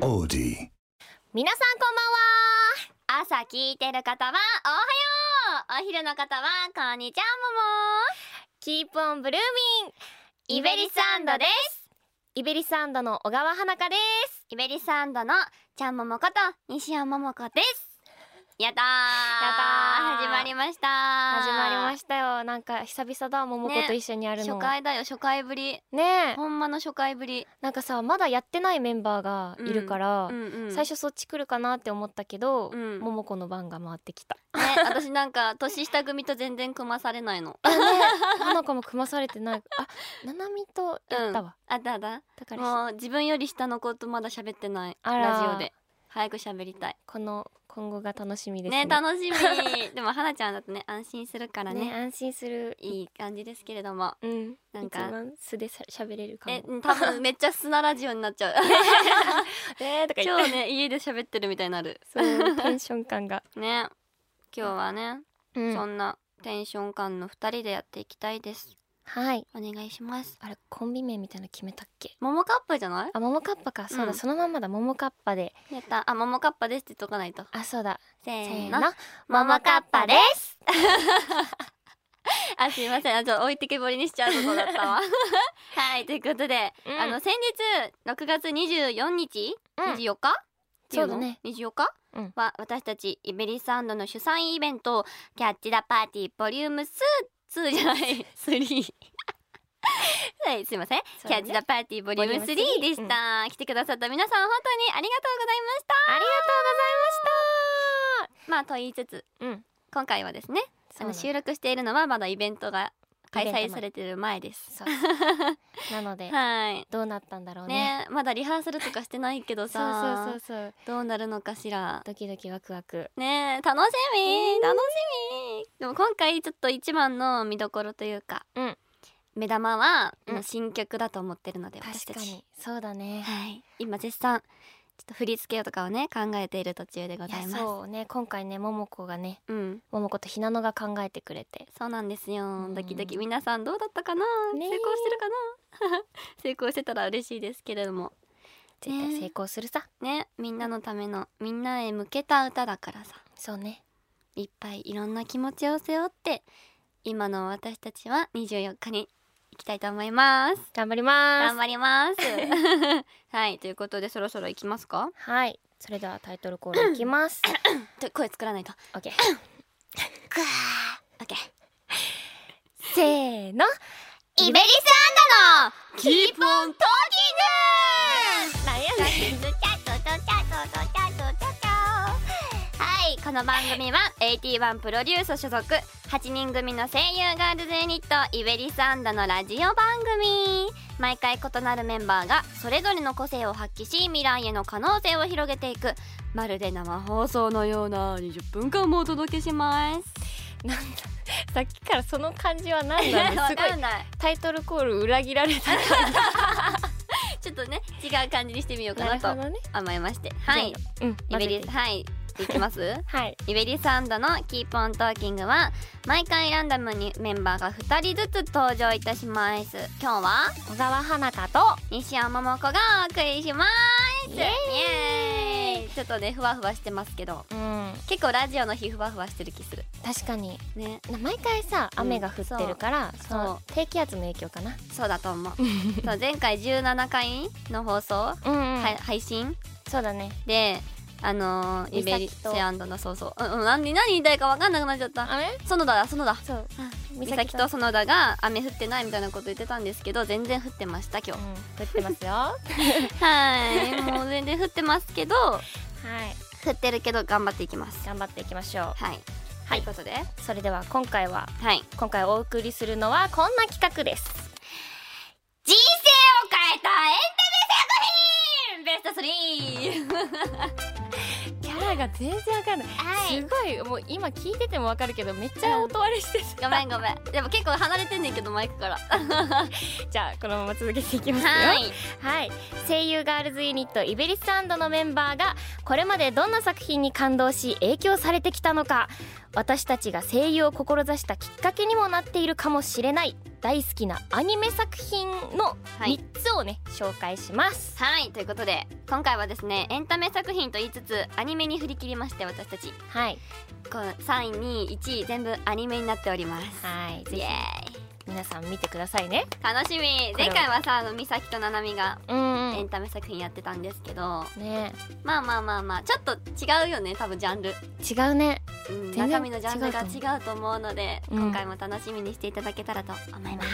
オーディ皆さんこんばんは朝聞いてる方はおはようお昼の方はこんにちはもも Keep on blooming イベリサンドですイベリサンドの小川花香ですイベリサンドのちゃんももこと西尾ももこですやったーやったー始まりました始まりまししたよなんか久々だ桃子ねと一緒にやるの初回だよ初回ぶりねえほんまの初回ぶり、なんかさまだやってないメンバーがいるから、んう最初そっち来るかなって思ったけど、うん桃子の番が回ってき たね私なんか年下組と全然組まされないのね花子も組まされてないあななみとやったわ、あったあっただからもう自分より下の子とまだ喋ってないあらラジオで早く喋りたいこの今後が楽しみですねね楽しみでも花ちゃんだとね安心するからねね安心するいい感じですけれどもうんなん一か番素でしゃ喋れるかもえ多分めっちゃ砂ラジオになっちゃう えーとか今日ね家で喋ってるみたいになるそうテンション感が、ね今日はね、 うんそんなテンション感の二人でやっていきたいですはいお願いしますあれコンビ名みたいなの決めたっけももかっぱじゃないあ桃かっぱかそうだ、うんそのまんまだ桃かっぱでやったあももかっぱですって言っとかないとあそうだせせーーののももかっぱです。あ、すいません、あと置いてけぼりにしちゃうとこだったわ。はい、ということで、うんあの先日6月24日、うん24日。っていのそうだね。 24日、うんは私たちイベリサンドの主催イベントキャッチダパーティーボリュームス2じゃない3はいすいません、そうだキャねッチダパーティーボリューボムリューム3 3でした、来てくださった皆さん本当にありがとうございましたありがとうございましまあと言いつつた。うん。今回はですねあの収録しているのはまだイベントが開催されてる前です。そうなの で、はい。どうなったんだろうね。ね、まだリハーサルとかしてないけどそうそうさそうそう。どうなるのかしらドキドキワクワク。ね楽しみ楽しみでも今回ちょっと一番の見どころというか、うん目玉は、うんもう新曲だと思ってるので確私たかち、に。そうだね。はい、今絶賛ちょっと振り付けとかをね考えている途中でごいざいやますそうね今回ね桃子がねうん、桃子とひなのが考えてくれてそうなんですようんドキドキ皆さんどうだったかな、ねえ成功してるかな 成功してたら嬉しいですけれども絶対成功するさ、ねみんなのためのみんなへ向けた歌だからさそうねいっぱいいろんな気持ちを背負って今の私たちは24日に行きたいと思います頑張りま頑す張ります はいということでそろそろ行きますかはいそれではタイトルコールいきます と声作らないと OK オッケーせーのイベリスアンダのキープオントーキングなんやドキドキャットドキャットドキャットドキャットはいこの番組は AT1 プロデュース所属8人組の声優ガールズユニットイベリサンダのラジオ番組毎回異なるメンバーがそれぞれの個性を発揮し未来への可能性を広げていくまるで生放送のような20分間もお届けしますなんだ さっきからその感じは何なんだろうすわごいかん ないタイトルコール裏切られたちょっとね違う感じにしてみようかなとどね思いまして はいうんイベ混ぜリてはいいきます はいイベリサウンドのキープオントーキングは毎回ランダムにメンバーが2人ずつ登場いたします今日は小沢花香と西山桃子がお送りしますイエーイちょっとねふわふわしてますけどうん結構ラジオの日ふわふわしてる気する確かにねな毎回さうん雨が降ってるから、そうその低気圧の影響かなそうだ と思うそう前回17回の放送、はうん、うん配信そうだねであのー、イベリ美咲とサウンドのそうそう、うんうん、何何言いたいか分かんなくなっちゃったあれ園田だ園田そう美咲と園田が雨降ってないみたいなこと言ってたんですけど全然降ってました今う日ん、降ってますよは はい もう全然降ってますけどい降ってるけど頑張っていきます頑張っていきましょはい、はいということでうそれでは今回ははい今回お送りするのはこんな企画です人生を変えたエンタメ作品ベスト 3! キャラが全然わかんない、はいすごいもう今聞いててもわかるけどめっちゃゃ音音割れしてる、 ごめんごめんでも結構離れてんねんけどマイク からはじゃあこのまま続けていきますよいはい、声優ガールズユニットイベリスサンドのメンバーがこれまでどんな作品に感動し影響されてきたのか私たちが声優を志したきっかけにもなっているかもしれない大好きなアニメ作品のはい3つをね、紹介しますはいということで今回はですねエンタメ作品と言いつつアニメに振り切りまして私たちはいこの3位2位1位全部アニメになっておりますはいぜイひエ皆さん見てくださいねーイ楽しみこれ前は回はさあの美咲とななみがうんエンタメ作品やってたんですけど、ねまあまあまあまあちょっと違うよね多分ジャンル、違うねうん、全然中身のジャンル違うとが違うと思うのでうん今回も楽しみにしていただけたらと思います、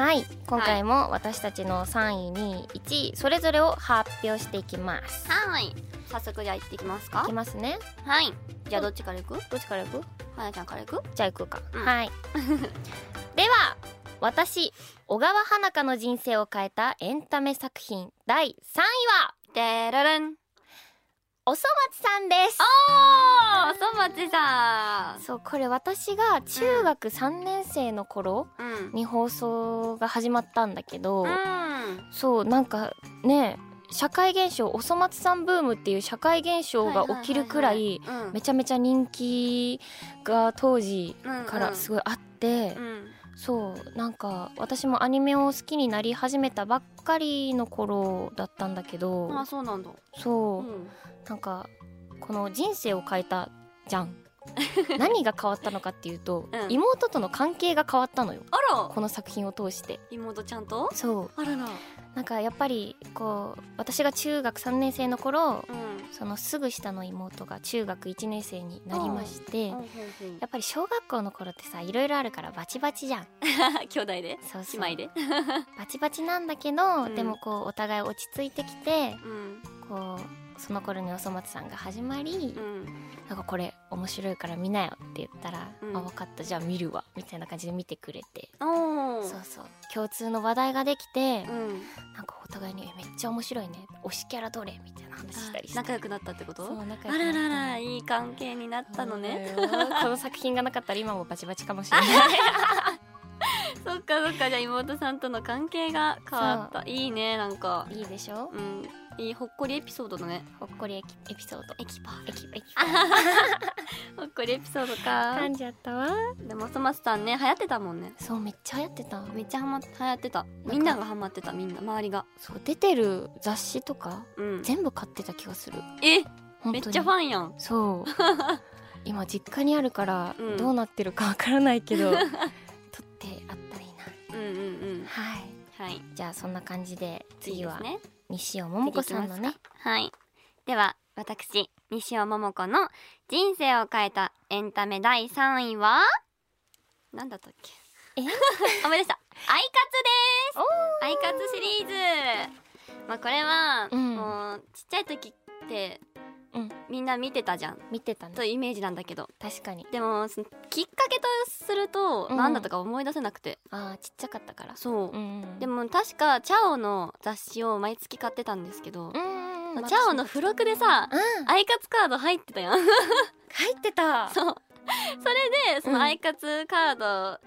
はい今回も私たちの3位2位1位それぞれを発表していきますはい早速じゃあ行ってきますいかきますねはいじゃあどっちから行くどっちからいくまやちゃんから行くじゃあ行くか、うんはい では私小川花香の人生を変えたエンタメ作品第3位はでるるんおそ松さんですおーそばちさんそうこれ私が中学3年生の頃うんに放送が始まったんだけど、うんそうなんかね社会現象おそ松さんブームっていう社会現象が起きるくらいめちゃめちゃ人気が当時からすごいあって、うんそうなんか私もアニメを好きになり始めたばっかりの頃だったんだけどあそうなんだそうう、んなんかこの人生を変えたじゃ ん何が変わったのかっていうと、うん妹との関係が変わったのよあらこの作品を通して妹ちゃんとそうあららなんかやっぱりこう私が中学3年生の頃うんそのすぐ下の妹が中学1年生になりまして、うんうんうんやっぱり小学校の頃ってさいろいろあるからバチバチじゃん兄弟でそうそう姉妹でバチバチなんだけど、うんでもこうお互い落ち着いてきてうんこうその頃におそ松さんが始まり、うんなんかこれ面白いから見なよって言ったら、うんあ分かったじゃあ見るわみたいな感じで見てくれて、おーそうそう共通の話題ができて、うんなんかお互いにえめっちゃ面白いね推しキャラどれみたいな話したりして仲良くなったってことそう仲良あくならったららいい関係になったのねそうだよこの作品がなかったら今もバチバチかもしれないそっかそっかじゃあ妹さんとの関係が変わったいいねなんかいいでしょうんいいほっこりエピソードだねほっこりエキエピソードエキパーエキエキほっこりエピソードか噛んじゃったわでもそ松さんね流行ってたもんねそうめっちゃ流行ってためっちゃハマ流行ってたみんながハマってたみんな周りがそう出てる雑誌とかうん全部買ってた気がするえ本当にめっちゃファンやんそう今実家にあるからうんどうなってるかわからないけど、取ってあったらいいなうんうんうんはいはいじゃあそんな感じで次次ではすね西尾桃子さんのねはいでは私西尾桃子の人生を変えたエンタメ第3位はなんだったっけえ思い出 したアイカツですアイカツシリーズまあこれは、うんもうちっちゃい時って、うんみんな見てたじゃん見てたねというイメージなんだけど確かにでもそのきっかけとするとうん何だったか思い出せなくて、あーちっちゃかったからそうう、んうんでも確かチャオの雑誌を毎月買ってたんですけどう、んうんうんチャオの付録でさ うんアイカツカード入ってたやん 入ってたそうそれでそうんのアイカツカード、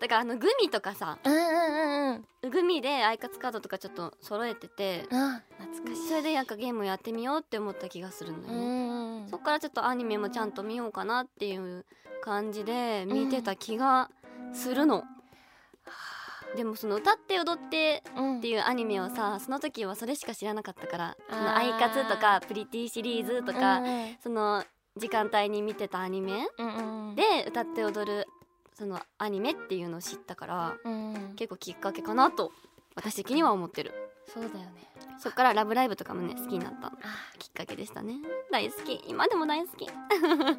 だからあのグミとかさうんうんうんうんグミでアイカツカードとかちょっと揃えてて、あ懐かしいそれでなんかゲームやってみようって思った気がするのようね、んうんそっからちょっとアニメもちゃんと見ようかなっていう感じで見てた気がするの、でもその歌って踊ってうんっていうアニメをさその時はそれしか知らなかったから「あーそのアイカツ」とか「プリティ」シリーズとか、うんうんその時間帯に見てたアニメうんうんで歌って踊るそのアニメっていうのを知ったからうんうん結構きっかけかなと私的には思ってるそうだよねそっから「ラブライブ!」とかもね好きになったあきっかけでしたね大好き今でも大好き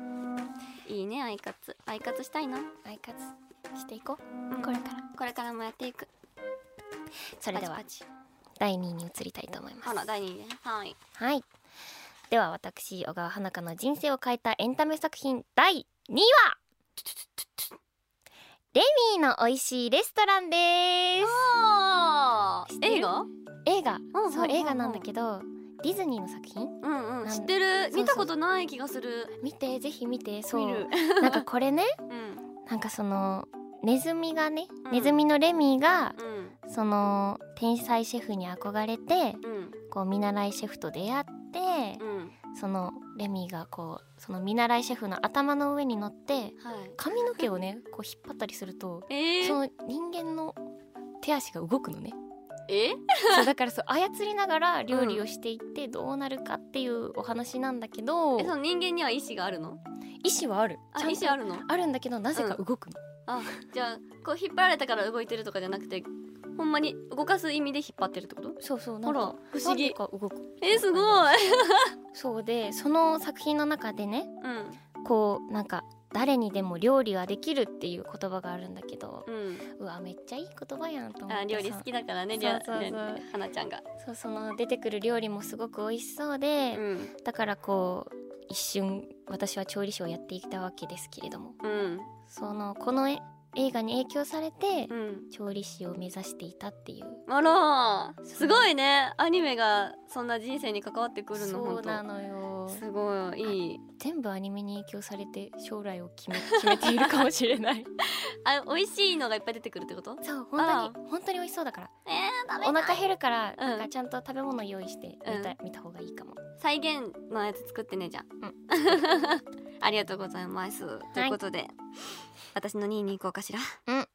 いいねアイカツアイカツしたいな、ーアイカツしていこううんこれからこれからもやっていくそれではパチパチ第2位に移りたいと思いますあら第2位ねはいはいでは私小川花香の人生を変えたエンタメ作品第2位はレミーの美味しいレストランですあ知っーてる映画映画うんそううんうんうん映画なんだけどディズニーの作品うんうなんん知ってるそうそう見たことない気がする見てぜひ見てそ見うるなんかこれねうんなんかそのネズミがね、うんネズミのレミーがうんその天才シェフに憧れてうんこう見習いシェフと出会ってうんそのレミがこうその見習いシェフの頭の上に乗ってはい髪の毛を ねこう引っ張ったりするとえその人間の手足が動く のねえそうだからそう操りながら料理をしていってどうなるかっていうお話なんだけど、えその人間には意志があるの意思はあるあちゃんと意志あるのあるんだけどなぜか動くの、あじゃあこう引っ張られたから動いてるとかじゃなくてほんまに動かす意味で引っ張ってるってことそうそうなあんから不思なん議でか動くえすごいそうでその作品の中でねうんこうなんか誰にでも料理はできるっていう言葉があるんだけどうんうわめっちゃいい言葉やんと思ってさあ料理好きだからねりそゃうそうそうはなちゃんがそうその出てくる料理もすごく美味しそううで、んだからこう一瞬私は調理師をやっていたわけですけれどもうんそのこの絵映画に影響されて、うん調理師を目指していたっていうあらすごいねアニメがそんな人生に関わってくるのそう本な当のよすごいいい全部アニメに影響されて将来を決め決めているかもしれない あ美味しいのがいっぱい出てくるってことそう本当に本当に美味しそうだからえー、食べおたい腹減るから、んなんかちゃんと食べ物用意して見た,、うん見た方がいいかも再現のやつ作ってねじゃん、うん ありがとうございます、ということで私の2位に行こうかしら、うん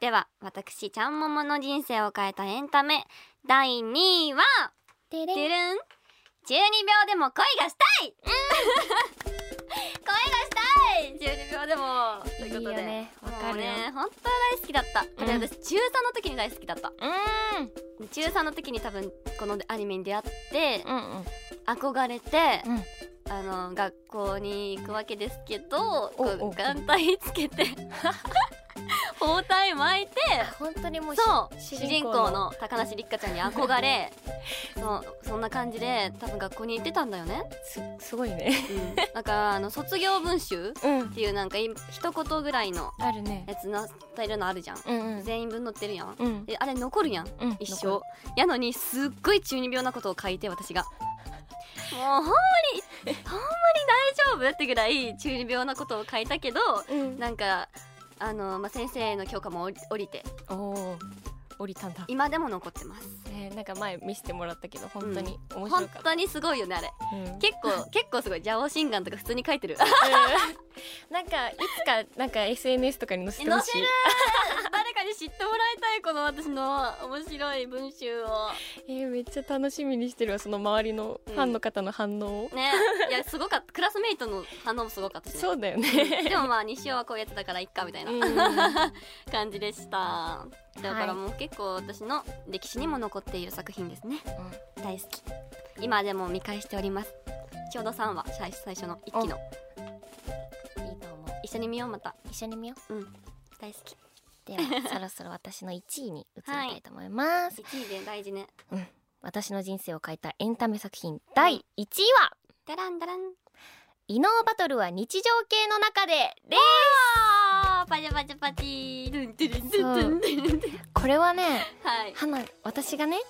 では私ちゃんももの人生を変えたエンタメ第2位はでてれんるん12秒でも恋がした い、恋がしたい12秒でもといういいことよでねわもかうるよ、ね本当大好きだった、だって私中3の時に大好きだったうーん中3の時に多分このアニメに出会ってうんうん憧れて、うんあの学校に行くわけですけどおこうお眼帯つけ て包帯巻いて本当にもうそう主主人人公の公の高梨立花ちゃんに憧れそうそんな感じで多分学校に行ってたんだよね、すすごいねうん、だからあの卒業文集っうんていうなんかい一言ぐらいのあるねやつ載ってるのあるじゃんうんうん全員分載ってるやんうんであれ残るやんうん一残生やのにすっごい中二病なことを書いて私 がもうほんまにほんまに大丈夫ってぐらい中二病なことを書いたけどるうんなんかあの、まあ、先生の教科も降り降りておお降りたんだ今でも残ってますえー、なんか前見せてもらったけど本当に面白か本った、当にすごいよねあれうん結 構結構すごい邪王心眼とか普通に書いてるなん かいつかなんか SNS とかに載せてほしい載誰かに知ってもらいたいこの私の面白い文集をえー、めっちゃ楽しみにしてるわその周りのファンの方の反応を、ねいやすごかったクラスメイトの反応もすごかったしねそうだよねでもまあ西尾はこういうやつだからいっかみ たいな、うん 感じでしただかはらいもう結構私の歴史にも残っている作品ですね大好き今でも見返しておりますちょうど3話最最初の一期のいいと思う一緒に見ようまた一緒に見よ大好き うではそろそろ私の1位に移りたいと思います、 1位で大事ね私の人生を変えたエンタメ作品第1位はダランダラン「異能バトルは日常系の中で」であーパチャパチャパチードゥンドゥルンドゥンドゥンドゥンドゥンこれは ねはい花私がねう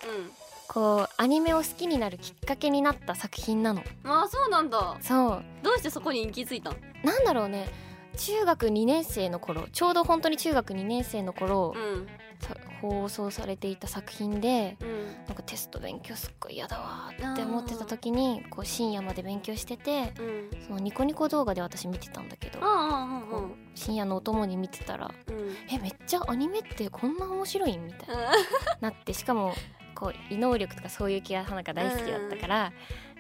こうアニメを好きになるきっかけになった作品なのんあーそうなんだそうどうしてそこに気づいたのなんだろうね中学2年生の頃ちょうど本当に中学2年生の頃う、んさ放送されていた作品でうんなんかテスト勉強すっごい嫌だわーって思ってた時にこう深夜まで勉強しててうんそのニコニコ動画で私見てたんだけどあーあーあーあこう深夜のお供に見てたらーうんえめっちゃアニメってこんな面白いんみたいなうんな ってしかもこう異能力とかそういう系は花が大好きだったから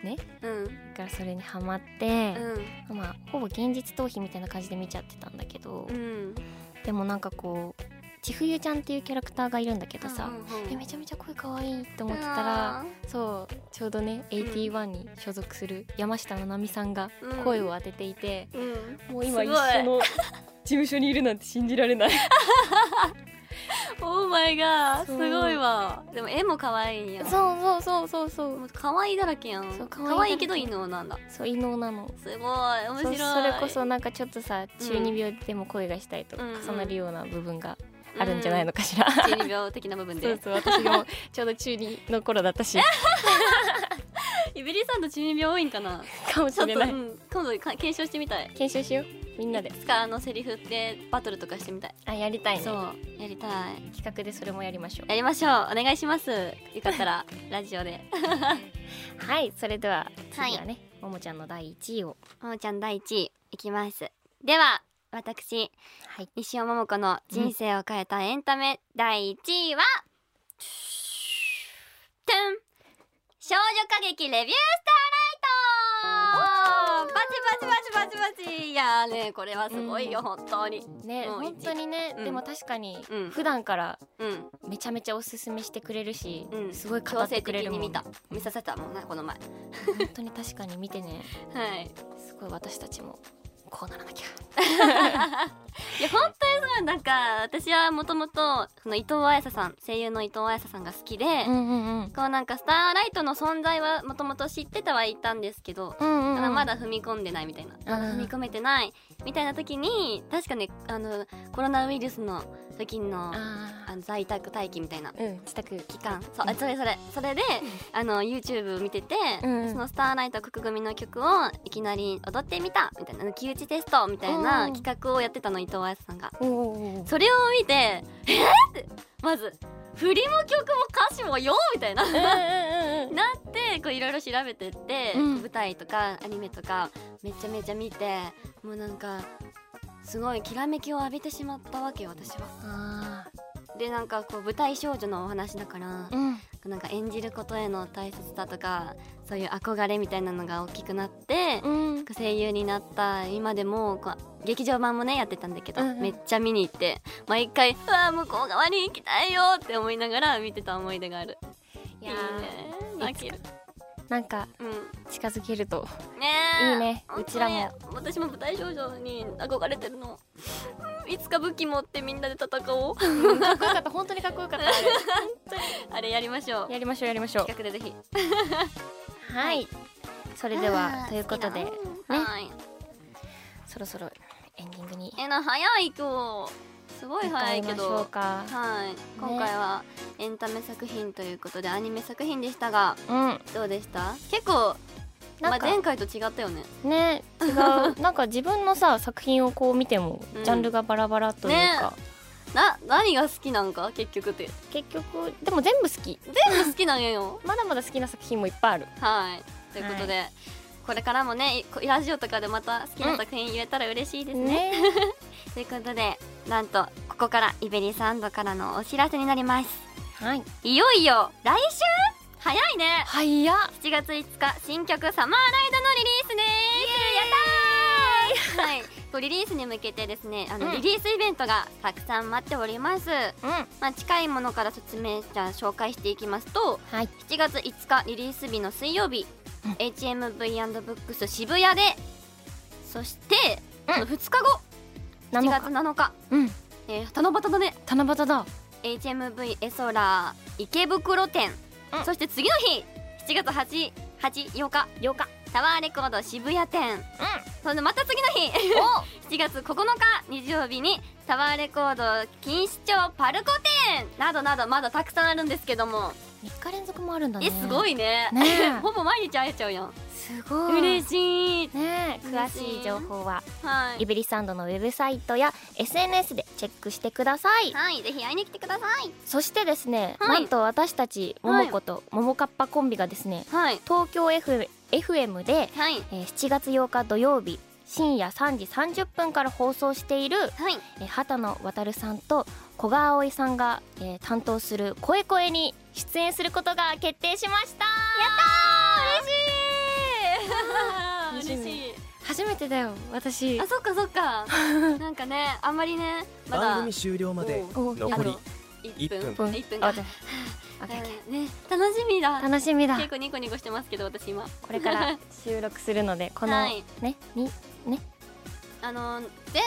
うんだからそれにハマってうんまあほぼ現実逃避みたいな感じで見ちゃってたんだけどうんでもなんかこう千冬ちゃんっていうキャラクターがいるんだけどさうんうんえめちゃめちゃ声可愛いって思ってたらそうちょうどね81に所属する山下七海さんがうん声を当てていて、うんもう今す一ごい緒の 事務所にいるなんて信じられないオーマイガそーすうごいわでも絵も可愛いや んそうそうそうそうそうもう可愛いだらけやんそう可愛いだらけ可愛いけどいいのなんだそう異能なのすごい面そ白いそれこそなんかちょっとさうん中二病でも声がしたいとうんうん重なるような部分があるんじゃないのかしら、中二病的な部分そう でそう私がもうちょうど中二の頃だったしイベリさんと中二病多いんかなかもしちょっと、れうないん、今度か検証してみたい検証しようみんなでいつかあのセリフってバトルとかしてみたいあやりたいねそうやりたい企画でそれもやりましょうやりましょうお願いしますよかったらラジオではいそれでは次はね、ももちゃんの第1位をももちゃん第1位いきますでは私、はい西尾桃子の人生を変えたエンタメ第1位は、トゥン少女歌劇レビュースターライトバチバチバチバチバチいやーねこれはすごいよ、うん本当にねもう本当にね、うんでも確かにうん普段からうんめちゃめちゃおすすめしてくれるし、うんすごい語強って制く的れるもにん見た見させたもんなこの前本当に確かに見てねはいすごい私たちもこうならなきゃいや本当にそうなんか私はもともとその伊藤綾瀬さん声優の伊藤綾瀬さんが好きで、んうんうんこうなんかスターライトの存在はもともと知ってたはいたんですけど、うんただまだだ踏み込んでないみたいな、んまだ踏み込めてないみたいな時に確かねあのコロナウイルスの時のああの在宅待機みたいなーうん自宅期間そうあそれそれそれであの YouTube 見てて、うんその「スターライト国組」の曲をいきなり踊ってみたみたいな抜き打ちテストみたいなうん企画をやってたの伊藤彩さんが。おおそれを見てえーってまず振りも曲も歌詞もよみたいな。なってこういろいろ調べてって、うん舞台とかアニメとかめちゃめちゃ見てもうなんかすごいきらめきを浴びてしまったわけよ私は。あでなんかこう舞台少女のお話だからー、うんなんか演じることへの大切さとかそういう憧れみたいなのが大きくなって、うん声優になった今でもこう劇場版もねやってたんだけど、うんうんめっちゃ見に行って毎回「うわ向こう側に行きたいよ」って思いながら見てた思い出がある。いやいいねー泣けるなんかうん近づけるとねえいいね本当にうちらも私も舞台少女に憧れてるのうんいつか武器持ってみんなで戦おう かっこよかった本当にかっこよかったあれやりましょ うやりましょうやりましょう企画でぜひはいそれではということで好きなはいそろそろエンディングにえな早い今日すごい早い向かけましょうどかはい今回はエンタメ作品ということでアニメ作品でしたがうんどうでした結構なまんあ、か前回と違ったよねね違 うなんか自分のさ作品をこう見てもうんジャンルがバラバラというか、な何が好きなんか結局って結局でも全部好き全部好きなんやよまだまだ好きな作品もいっぱいあるはい、ということで、これからもねいこラジオとかでまた好きな作品言えたら嬉しいですね。ということでなんとここからイベリサンドからのお知らせになります。はいいよいよ来週早いねはいや7月5日新曲「サマーライド」のリリースですやったーはいこうリリースに向けてですねあうの、んリリースイベントがたくさん待っております、うんはまあ、近いものから説明じゃあ紹介していきますと、い7月5日リリース日の水曜日、うん HMV&BOOKS 渋谷でそして、うんその2日後7月日7日、うんえー七夕だね七夕だ HMV エソラ池袋店、うんそして次の日7月8 8 8日8日タワーレコード渋谷店そんでまた次の日 7月9日日曜日にタワーレコード錦糸町パルコ店などなどまだたくさんあるんですけども、うん3日連続もあるんだねえすごいいねねえ ほぼ毎日会えちゃうやんすごい嬉しいねえ詳嬉しいしい情報ははイいベリサンドのウェブサイトや SNS でチェックしてくださいはいぜひ会いに来てくださいそしてですね、はないんと私たちももことももかっぱコンビがですねはい東京 FM, FM で、はいえー7月8日土曜日深夜3時30分から放送している、はいえー、畑野渉さんと古賀葵さんが、えー担当する「声声に出演することが決定しましたやったー嬉しい嬉しい嬉しい初めてだよ私あそっかそっ かなんかねあんまりねまだ番組終了までおうや残り1分一分1分あがじゃあ OK OK ね楽しみだ楽しみだ結構ニコニコしてますけど私今これから収録するのでこの、はいねにあの前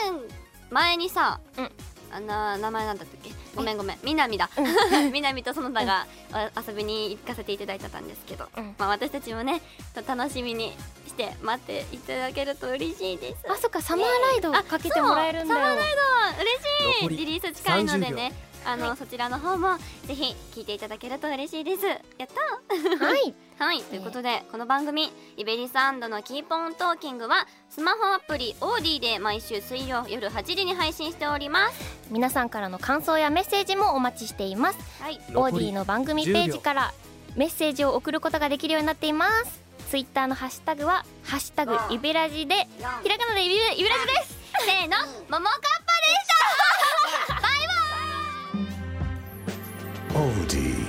前にさ、うんあな名前なんだったっけごめんごめん南だ 南と園田があ遊びに行かせていただいてたんですけど、うんまあ、私たちもねと楽しみにして待っていただけると嬉しいですあそっかサマーライドをかけてもらえるんだそうサマよーライド残嬉しいりリリース近いので30ね秒あの、そちらの方もぜひ聞いていただけると嬉しいですやったはいはい、ということで、この番組「イベリサンドのキーポントーキングは」スマホアプリオーディで毎週水曜夜8時に配信しております皆さんからの感想やメッセージもお待ちしていますはいオー残ディりの番組ページからメッセージを送ることができるようになっていますツイッターのハッシュタグは「ハッシュタグイベラジ」でひらがなでイベイベラジですせーのうんももかっぱでしたバイバイ Odie.